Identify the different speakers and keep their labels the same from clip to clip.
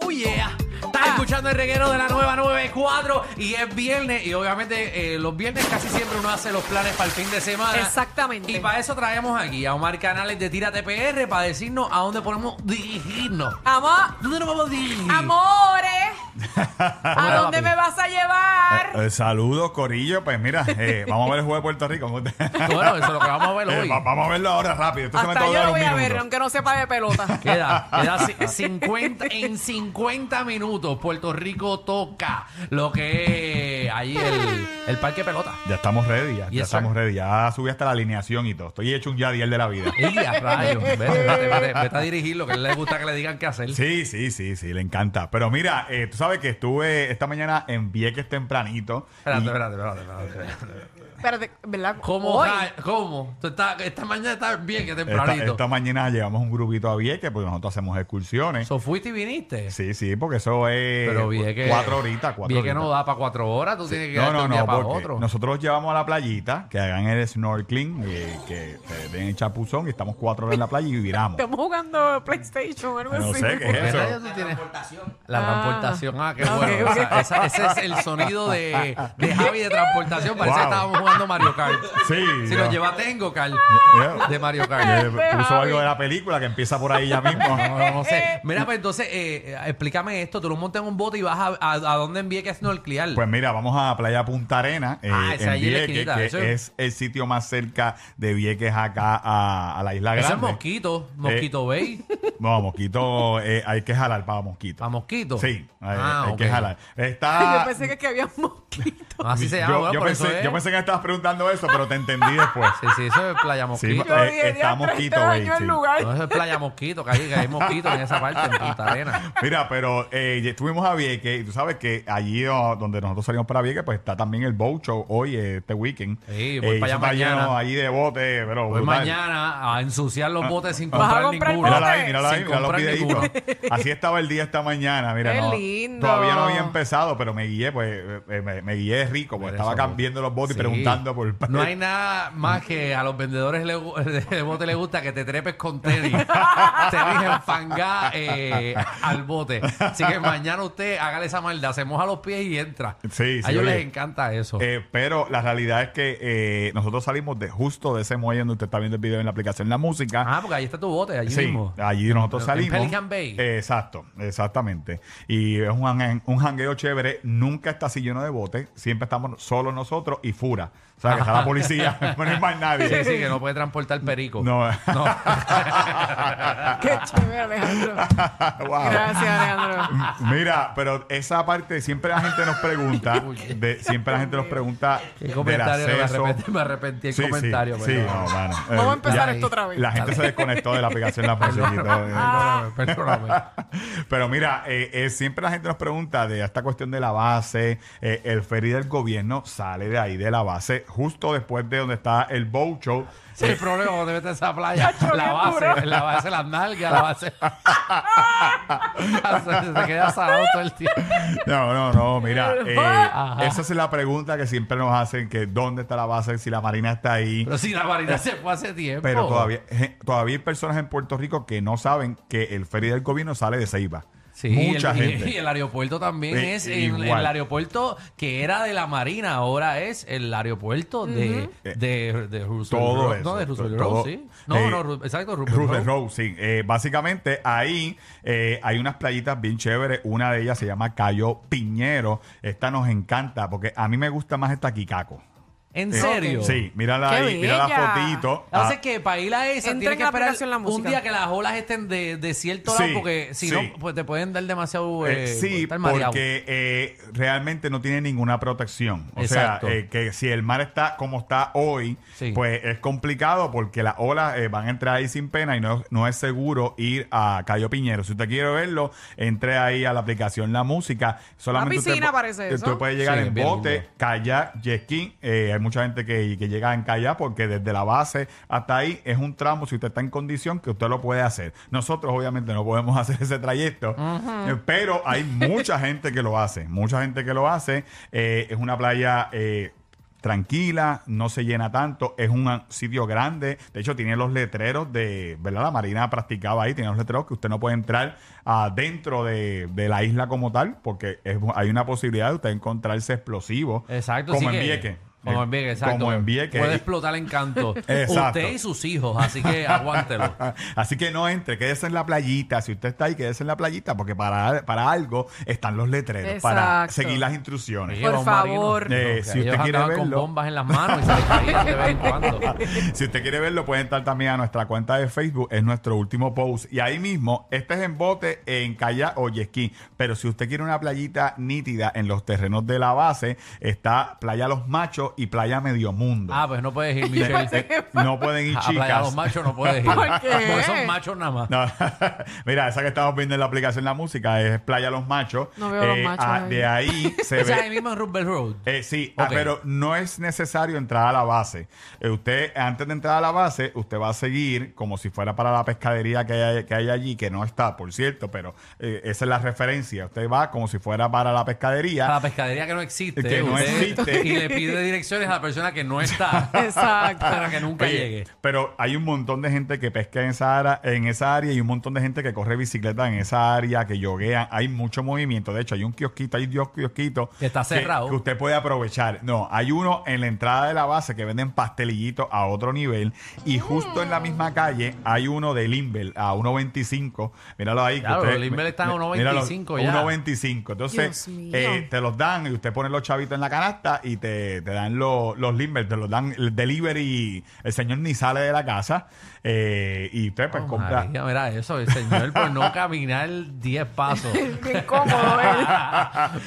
Speaker 1: Oh yeah. Estás escuchando el reguero de la nueva 94 y es viernes y obviamente eh, los viernes casi siempre uno hace los planes para el fin de semana.
Speaker 2: Exactamente.
Speaker 1: Y para eso traemos aquí a Omar Canales de Tira TPR para decirnos a dónde podemos dirigirnos.
Speaker 2: Amor,
Speaker 1: ¿Dónde nos vamos a dirigir?
Speaker 2: amores, ¿a dónde me vas a llevar?
Speaker 3: Eh, saludos, Corillo. Pues mira, eh, vamos a ver el juego de Puerto Rico. con ustedes.
Speaker 1: Bueno, eso es lo que vamos a ver
Speaker 3: Eh,
Speaker 1: hoy.
Speaker 3: va- vamos a verlo ahora rápido. Esto se me
Speaker 2: Hasta
Speaker 3: tardó
Speaker 2: yo lo
Speaker 3: un
Speaker 2: voy a
Speaker 3: minuto.
Speaker 2: ver, aunque no sepa de pelota.
Speaker 1: Queda, queda ci- 50, en 50 minutos Puerto Rico toca lo que es ahí el, el parque pelota.
Speaker 3: Ya estamos ready, ya, ya
Speaker 1: Yes,
Speaker 3: estamos
Speaker 1: sir.
Speaker 3: ready. Ya subí hasta la alineación y todo. Estoy hecho un yadiel de la vida.
Speaker 1: Y a rayos, vete, vete, vete, vete a dirigirlo, que a él le gusta que le digan qué hacer.
Speaker 3: Sí, sí, sí, sí, le encanta. Pero mira, eh, tú sabes que estuve esta mañana en Vieques tempranito.
Speaker 1: Espérate,
Speaker 3: y-
Speaker 1: espérate, espérate, espérate, espérate.
Speaker 2: Espérate, ¿verdad?
Speaker 1: ¿Cómo?
Speaker 2: Hoy.
Speaker 1: ra- ¿Cómo? Tú estás- esta mañana estás bien que
Speaker 3: Esta,
Speaker 1: tempranito.
Speaker 3: esta mañana llevamos un grupito a Vieques porque nosotros hacemos excursiones.
Speaker 1: So, fuiste y viniste.
Speaker 3: Sí, sí, porque eso es
Speaker 1: Pero vi que.
Speaker 3: cuatro horitas, cuatro
Speaker 1: vi que
Speaker 3: horitas.
Speaker 1: no da para cuatro horas. Tú tienes que
Speaker 3: No,
Speaker 1: quedarte un
Speaker 3: no,
Speaker 1: este día
Speaker 3: no,
Speaker 1: para
Speaker 3: porque
Speaker 1: otro.
Speaker 3: nosotros llevamos a la playita, que hagan el snorkeling, eh, que se den el chapuzón y estamos cuatro horas en la playa y viramos.
Speaker 2: Estamos jugando PlayStation o algo
Speaker 3: No
Speaker 2: así.
Speaker 3: sé qué
Speaker 1: ¿Qué
Speaker 3: es
Speaker 1: rayos
Speaker 3: eso.
Speaker 1: tú tienes? La
Speaker 2: Ah.
Speaker 1: transportación. Ah, qué
Speaker 2: Ok,
Speaker 1: bueno.
Speaker 2: ok.
Speaker 1: Esa- esa- ese es el sonido de, de Javi de transportación. Parece que
Speaker 3: Wow.
Speaker 1: estábamos jugando Mario Kart.
Speaker 3: Sí,
Speaker 1: Si
Speaker 3: no.
Speaker 1: lo lleva tengo, Carl.
Speaker 3: Yeah.
Speaker 1: De Mario
Speaker 3: Eh,
Speaker 1: Kart.
Speaker 3: Puso algo de la película que empieza por ahí ya mismo.
Speaker 1: No, no, no sé. Mira, pues entonces, eh, explícame esto. Tú lo montas en un bote y vas a, a, a dónde envíe que es snorkelar.
Speaker 3: Pues mira, vamos a Playa Punta Arena, eh,
Speaker 1: Ah, esa
Speaker 3: en
Speaker 1: ahí en la
Speaker 3: Vieques,
Speaker 1: esquinita,
Speaker 3: que
Speaker 1: eso.
Speaker 3: es el sitio más cerca de Vieques acá a, a la Isla
Speaker 1: Eso es
Speaker 3: Grande. Eh,
Speaker 1: mosquito. Mosquito Bay.
Speaker 3: No, Mosquito, eh, hay que jalar para Mosquito.
Speaker 1: ¿Para mosquito?
Speaker 3: Sí, hay,
Speaker 1: Ah,
Speaker 3: hay
Speaker 1: ok.
Speaker 3: que jalar. Está...
Speaker 2: Yo pensé que, que había mosquitos.
Speaker 1: Así se
Speaker 3: yo,
Speaker 1: llama. bueno,
Speaker 3: yo
Speaker 1: por eso ¿eh?
Speaker 3: pensé,
Speaker 1: es.
Speaker 3: yo pensé que me estabas preguntando eso, pero te entendí después.
Speaker 1: Sí, sí, eso es Playa Mosquito.
Speaker 3: ma-
Speaker 1: No,
Speaker 2: Yo
Speaker 3: Eh,
Speaker 2: dije,
Speaker 3: está
Speaker 2: "Diantre,
Speaker 3: mosquito,
Speaker 2: este
Speaker 3: güey,
Speaker 2: dañó el
Speaker 3: sí.
Speaker 2: lugar".
Speaker 1: eso es Playa Mosquito, que hay, que hay mosquitos en esa parte, en Punta Arena.
Speaker 3: Mira, pero eh, ya estuvimos a Vieques y tú sabes que allí oh, donde nosotros salimos para Vieques, pues está también el boat show hoy, eh, este weekend.
Speaker 1: Sí, voy
Speaker 3: Eh,
Speaker 1: para allá
Speaker 3: eso está
Speaker 1: mañana.
Speaker 3: lleno ahí de bote, pero
Speaker 1: Voy
Speaker 3: brutal. Ah,
Speaker 1: mañana a ensuciar los botes sin
Speaker 2: ¿Vas a
Speaker 1: comprar
Speaker 2: comprar
Speaker 1: ninguno.
Speaker 3: Mírala
Speaker 2: bote?
Speaker 3: ahí, mírala ahí,
Speaker 1: Sin
Speaker 3: mira los
Speaker 1: comprar
Speaker 3: videitos.
Speaker 1: ninguno.
Speaker 3: Así estaba el día esta mañana, mira.
Speaker 2: Qué
Speaker 3: no,
Speaker 2: lindo.
Speaker 3: Todavía no había empezado, pero me guié, pues, eh, me, me guié rico, porque
Speaker 1: Mira
Speaker 3: estaba
Speaker 1: eso,
Speaker 3: cambiando los botes
Speaker 1: Sí.
Speaker 3: y preguntando por
Speaker 1: No hay nada más que a los vendedores le gu- de bote le gusta que te trepes con tenis. te dije fanga al bote. Así que mañana usted hágale esa maldad, se moja los pies y entra.
Speaker 3: Sí, sí,
Speaker 1: A ellos
Speaker 3: oye.
Speaker 1: les encanta eso.
Speaker 3: Eh, pero la realidad es que eh, nosotros salimos de justo de ese muelle donde usted está viendo el video en la aplicación La Música.
Speaker 1: ah, porque ahí está tu bote, allí
Speaker 3: Sí, Ah.
Speaker 1: mismo.
Speaker 3: allí nosotros
Speaker 1: En
Speaker 3: salimos.
Speaker 1: Pelican Bay.
Speaker 3: Eh, exacto, exactamente. Y es un, han- un jangueo chévere. Nunca está así lleno de botes. Siempre estamos solos nosotros y fura. O sea, que está la policía. no hay más nadie.
Speaker 1: Sí, sí, que no puede transportar perico.
Speaker 3: No.
Speaker 1: No.
Speaker 3: Ah.
Speaker 2: Qué chévere, Alejandro.
Speaker 3: Wow.
Speaker 2: Gracias, Alejandro.
Speaker 3: Eh, Mira, pero esa parte siempre la gente nos pregunta, de- siempre la gente nos pregunta
Speaker 1: Qué
Speaker 3: del
Speaker 1: comentario, me
Speaker 3: acceso.
Speaker 1: arrepentí, me arrepentí el
Speaker 3: Sí, sí,
Speaker 1: comentario.
Speaker 3: sí,
Speaker 1: perdón.
Speaker 3: no, mano. Eh,
Speaker 2: Vamos a empezar
Speaker 3: ya-
Speaker 2: esto otra vez.
Speaker 3: La gente se desconectó de la aplicación La Musiquita.
Speaker 1: Perdóname, perdóname.
Speaker 3: Pero mira, eh, eh, siempre la gente nos pregunta de esta cuestión de la base. eh, el ferry del gobierno sale de ahí, de la base, justo después de donde está el boat show.
Speaker 1: Sí, el problema cuando te metes a esa playa.
Speaker 2: Chacho,
Speaker 1: La
Speaker 2: bien
Speaker 1: base,
Speaker 2: duro.
Speaker 1: la base, las nalgas, la base. se, se queda salado todo el tiempo.
Speaker 3: No, no, no, mira. eh,
Speaker 1: Ajá.
Speaker 3: esa es la pregunta que siempre nos hacen, que dónde está la base, si la marina está ahí.
Speaker 1: Pero si la marina se fue hace tiempo.
Speaker 3: Pero todavía, je- todavía hay personas en Puerto Rico que no saben que el ferry del gobierno sale de Ceiba.
Speaker 1: Sí,
Speaker 3: Mucha
Speaker 1: y el, y-
Speaker 3: gente.
Speaker 1: Y el aeropuerto también
Speaker 3: Eh,
Speaker 1: es el,
Speaker 3: igual.
Speaker 1: el aeropuerto que era de la Marina, ahora es el aeropuerto de, de, de Roosevelt
Speaker 3: Eh, Todo
Speaker 1: Road.
Speaker 3: eso.
Speaker 1: No, de Roosevelt
Speaker 3: Todo-
Speaker 1: Road, sí. No,
Speaker 3: eh,
Speaker 1: no, Ru- exacto, Roosevelt
Speaker 3: Roosevelt
Speaker 1: Road.
Speaker 3: Road, sí. Eh, básicamente ahí eh, hay unas playitas bien chéveres. Una de ellas se llama Cayo Piñero. Esta nos encanta porque a mí me gusta más esta Kikako.
Speaker 1: ¿En
Speaker 3: Eh,
Speaker 1: serio?
Speaker 3: Sí, mírala
Speaker 2: Qué
Speaker 3: ahí, mira la
Speaker 2: bella.
Speaker 3: fotito.
Speaker 1: Lo que
Speaker 3: Ah,
Speaker 1: pasa es que para ir a esa
Speaker 2: Entra
Speaker 1: tienes
Speaker 2: en
Speaker 1: que
Speaker 2: la
Speaker 1: esperar
Speaker 2: aplicación la
Speaker 1: un
Speaker 2: música.
Speaker 1: día que las olas estén de, de cierto
Speaker 3: Sí,
Speaker 1: lado porque si
Speaker 3: sí.
Speaker 1: no pues te pueden dar demasiado
Speaker 3: eh,
Speaker 1: eh,
Speaker 3: sí,
Speaker 1: estar mareado.
Speaker 3: porque eh, realmente no tiene ninguna protección. O
Speaker 1: Exacto.
Speaker 3: sea, eh, que si el mar está como está hoy,
Speaker 1: Sí.
Speaker 3: pues es complicado porque las olas eh, van a entrar ahí sin pena y no, no es seguro ir a Cayo Piñero. Si usted quiere verlo, entre ahí a la aplicación La Música. Solamente usted
Speaker 2: piscina
Speaker 3: pu-
Speaker 2: parece eso.
Speaker 3: Usted puede llegar
Speaker 1: Sí,
Speaker 3: en
Speaker 1: bien
Speaker 3: bote,
Speaker 1: lindo.
Speaker 3: kayak, jet ski. Eh, hay mucha gente que, que llega en kayak porque desde la base hasta ahí es un tramo, si usted está en condición, que usted lo puede hacer. Nosotros obviamente no podemos hacer ese trayecto, eh, pero hay mucha gente que lo hace, mucha gente que lo hace. Eh, es una playa... eh, tranquila, no se llena tanto, es un an- sitio grande, de hecho tiene los letreros de, ¿verdad? La Marina practicaba ahí, tiene los letreros que usted no puede entrar ah, dentro de, de la isla como tal, porque es- hay una posibilidad de usted encontrarse explosivos,
Speaker 1: Exacto,
Speaker 3: como
Speaker 1: así
Speaker 3: en
Speaker 1: que-
Speaker 3: Vieques. Eh,
Speaker 1: Como en Vieques, exacto.
Speaker 3: Como en Vieques.
Speaker 1: Puede explotar en canto.
Speaker 3: Exacto.
Speaker 1: Usted y sus hijos, así que aguántelo.
Speaker 3: ah, Así que no entre, quédese en la playita. Si usted está ahí, quédese en la playita, porque para, para algo están los letreros, para
Speaker 2: Exacto.
Speaker 3: seguir las instrucciones.
Speaker 1: Lleva un
Speaker 2: favor.
Speaker 1: marino.
Speaker 3: Eh,
Speaker 1: No,
Speaker 3: si
Speaker 1: que
Speaker 3: usted
Speaker 1: ellos
Speaker 3: quiere
Speaker 1: andaban
Speaker 3: verlo.
Speaker 1: con bombas en las manos y se les caían de vez en cuando.
Speaker 3: Si usted quiere verlo, puede entrar también a nuestra cuenta de Facebook, es nuestro último post. Y ahí mismo, este es en bote, en kayak o jet ski. Pero si usted quiere una playita nítida en los terrenos de la base, está Playa Los Machos y Playa Medio Mundo.
Speaker 1: Ah, pues no puedes ir,
Speaker 3: Eh,
Speaker 1: Michelle.
Speaker 3: eh, no pueden ir
Speaker 1: A
Speaker 3: chicas.
Speaker 1: playa de los machos no puedes ir.
Speaker 2: ¿Por qué?
Speaker 1: Porque son machos nada más.
Speaker 3: No, mira, esa que estamos viendo en la aplicación La Música es Playa Los Machos.
Speaker 2: No veo los machos
Speaker 3: ah,
Speaker 2: ahí.
Speaker 3: De ahí se
Speaker 1: Esa es ahí
Speaker 3: ve.
Speaker 1: mismo en Roosevelt Road.
Speaker 3: eh, sí, ah,
Speaker 1: Ok.
Speaker 3: pero no es necesario entrar a la base. Eh, usted, antes de entrar a la base, usted va a seguir como si fuera para la pescadería que hay, que hay allí, que no está, por cierto, pero eh, esa es la referencia. Usted va como si fuera para la pescadería.
Speaker 1: A la pescadería que no existe.
Speaker 3: Que no existe.
Speaker 1: Y le pide direcciones a la persona que no está.
Speaker 2: Exacto.
Speaker 1: Para que nunca
Speaker 3: Oye,
Speaker 1: llegue.
Speaker 3: Pero hay un montón de gente que pesca en esa, ara- en esa área y un montón de gente que corre bicicleta en esa área, que yoguean. Hay mucho movimiento. De hecho, hay un kiosquito, hay dos kiosquitos.
Speaker 1: Que está cerrado.
Speaker 3: Que, usted puede aprovechar. No, hay uno en la entrada de la base que venden pastelillitos a otro nivel.
Speaker 2: Mm.
Speaker 3: Y justo en la misma calle hay uno de Limbel a 1.25. Míralo ahí. que
Speaker 1: Claro,
Speaker 3: usted-
Speaker 1: los Limbel están a
Speaker 3: míralo,
Speaker 1: 1.25 ya.
Speaker 3: 1.25. Entonces,
Speaker 2: Dios mío.
Speaker 3: eh, te los dan y usted pone los chavitos en la canasta y te, te dan los, los limbers, te los dan el delivery. El señor ni sale de la casa eh, y usted pues
Speaker 1: Oh,
Speaker 3: compra.
Speaker 1: María, mira eso, el señor por no caminar 10 pasos.
Speaker 2: Qué incómodo, ¿eh?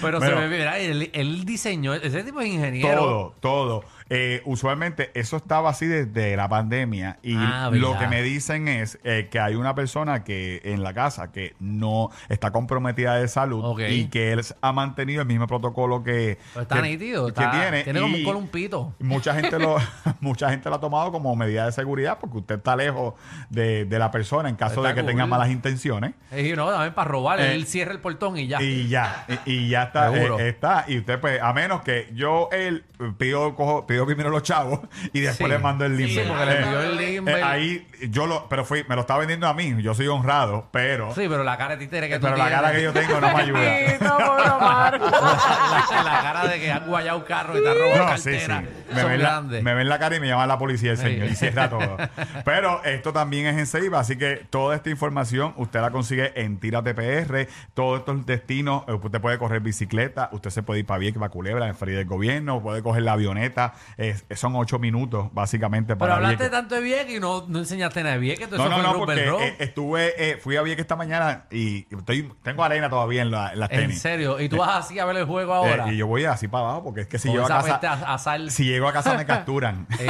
Speaker 1: Pero se
Speaker 3: Bueno.
Speaker 1: ve, mira, él, él diseñó, ese tipo es ingeniero.
Speaker 3: Todo, todo. Eh, usualmente eso estaba así desde la pandemia y
Speaker 1: Ah,
Speaker 3: lo
Speaker 1: ¿verdad?
Speaker 3: que me dicen es eh, que hay una persona que en la casa que no está comprometida de salud
Speaker 1: Ok.
Speaker 3: y que él ha mantenido el mismo protocolo que,
Speaker 1: Pero está
Speaker 3: que-
Speaker 1: nítido,
Speaker 3: que
Speaker 1: está-
Speaker 3: tiene.
Speaker 1: tiene como un
Speaker 3: y-
Speaker 1: columpito.
Speaker 3: Mucha gente, lo, mucha gente lo ha tomado como medida de seguridad porque usted está lejos de, de la persona en caso
Speaker 1: Está
Speaker 3: de que
Speaker 1: cool.
Speaker 3: tenga malas intenciones.
Speaker 1: Y no, también para robar,
Speaker 3: Eh,
Speaker 1: él cierra el portón y ya.
Speaker 3: Y ya, y, y ya está,
Speaker 1: Seguro.
Speaker 3: eh, está. Y usted, pues, a menos que yo, él, eh, pido, cojo, pido primero los chavos y después
Speaker 1: Sí.
Speaker 3: le mando el
Speaker 1: Sí,
Speaker 3: limber.
Speaker 1: porque le envió el Limber.
Speaker 3: eh, ahí, yo lo, pero fui, me lo está vendiendo a mí, yo soy honrado, pero, eh,
Speaker 1: sí, pero la cara de títere que tú
Speaker 3: pero la
Speaker 1: tienes.
Speaker 3: cara que yo tengo no me ayuda.
Speaker 2: ¿eh? Bendito, pobre Omar.
Speaker 1: la, la cara de que has guayado un carro y te has robado
Speaker 3: No, sí, sí.
Speaker 1: cartera.
Speaker 3: Me
Speaker 1: Son
Speaker 3: ven, la,
Speaker 1: grandes.
Speaker 3: me ven la cara y me llama la policía el
Speaker 1: Sí.
Speaker 3: señor y cierra todo. Pero esto también es en Ceiba, así que toda esta información usted la consigue en Tírate PR. Todos estos destinos, eh, usted puede correr bicicleta, usted se puede ir para Vieques, para Culebra, en Feria del Gobierno, puede coger la avioneta. es- son ocho minutos, básicamente,
Speaker 1: Pero
Speaker 3: para
Speaker 1: hablaste
Speaker 3: Vieques.
Speaker 1: tanto de Vieques y no, no enseñaste nada de Vieques. todo
Speaker 3: No,
Speaker 1: eso
Speaker 3: no,
Speaker 1: fue en
Speaker 3: no, porque
Speaker 1: Rupert Road.
Speaker 3: eh, estuve, eh, fui a Vieques esta mañana y estoy, tengo arena todavía en, la- en las
Speaker 1: en
Speaker 3: tenis.
Speaker 1: serio. Y tú vas así a ver el juego
Speaker 3: Eh,
Speaker 1: ahora.
Speaker 3: y yo voy así para abajo porque es que si
Speaker 1: Con
Speaker 3: llego a
Speaker 1: esa
Speaker 3: casa,
Speaker 1: peste a- a sal.
Speaker 3: si llego a casa me capturan.
Speaker 1: Eh,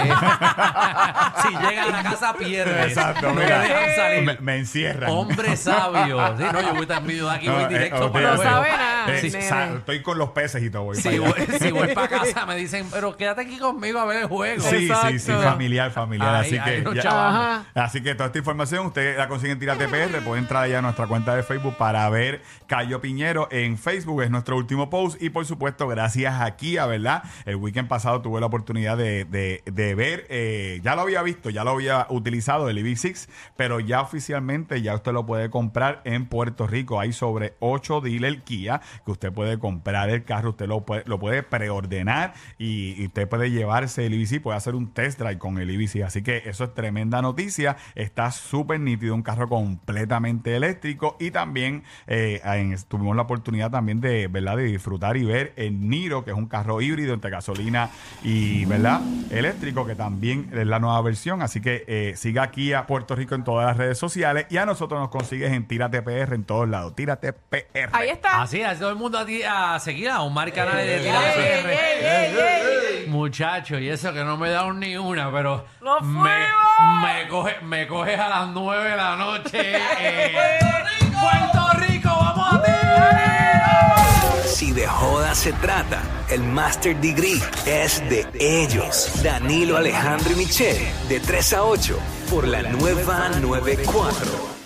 Speaker 1: si llegan a la casa, pierdes.
Speaker 3: Exacto,
Speaker 1: no me
Speaker 3: mira.
Speaker 1: dejan salir.
Speaker 3: Me, me encierran.
Speaker 1: Hombre sabio. Sí, no, yo voy también yo de aquí,
Speaker 3: No,
Speaker 1: voy
Speaker 3: eh,
Speaker 1: directo
Speaker 3: ok,
Speaker 1: para
Speaker 3: ok.
Speaker 1: el juego.
Speaker 2: sabe nada,
Speaker 3: Eh,
Speaker 2: nene.
Speaker 3: sa- estoy con los peces y todo. Voy
Speaker 1: Si
Speaker 3: para allá.
Speaker 1: voy, para casa, me dicen, pero quédate aquí conmigo a ver el juego.
Speaker 3: Sí, sí, sí,
Speaker 2: Exacto.
Speaker 3: familiar, familiar.
Speaker 1: Ay,
Speaker 3: así,
Speaker 1: ay,
Speaker 3: que
Speaker 1: no,
Speaker 3: ya-
Speaker 1: chaval.
Speaker 2: Ajá.
Speaker 3: así que toda esta información usted la consigue en Tira TPR. Puede entrar ya a nuestra cuenta de Facebook para ver Cayo Piñero en Facebook. Es nuestro último post. Y por supuesto, gracias a Kia, ¿verdad? El weekend pasado tuve la oportunidad de, de- de ver, eh, ya lo había visto, ya lo había utilizado el EV6, pero ya oficialmente ya usted lo puede comprar en Puerto Rico. Hay sobre 8 dealer Kia que usted puede comprar el carro, usted lo puede, lo puede preordenar y, y usted puede llevarse el IBC, puede hacer un test drive con el IBC. Así que eso es tremenda noticia. Está súper nítido, un carro completamente eléctrico y también eh, en- tuvimos la oportunidad también de, ¿verdad? de disfrutar y ver el Niro, que es un carro híbrido entre gasolina y ¿verdad? eléctrico, que también es la nueva versión. Así que eh, siga aquí a Puerto Rico en todas las redes sociales y a nosotros nos consigues en Tírate PR en todos lados. Tírate PR.
Speaker 2: Ahí está.
Speaker 1: Así es, todo el mundo a, ti- a seguir a Omar Canales de
Speaker 2: Ey,
Speaker 1: Tira
Speaker 2: ey,
Speaker 1: PR.
Speaker 2: ey, ey, ey.
Speaker 1: Muchacho, y eso que no me he dado ni una, pero
Speaker 2: ¡Nos
Speaker 1: me,
Speaker 2: fuimos!
Speaker 1: me, coge- me coges a las 9 de la noche. eh, ¡Puerto Rico, vamos a ti!
Speaker 4: Si de joda se trata, el Master Degree es de ellos. Danilo Alejandro y Michelle, de 3 a 8, por la nueva 94.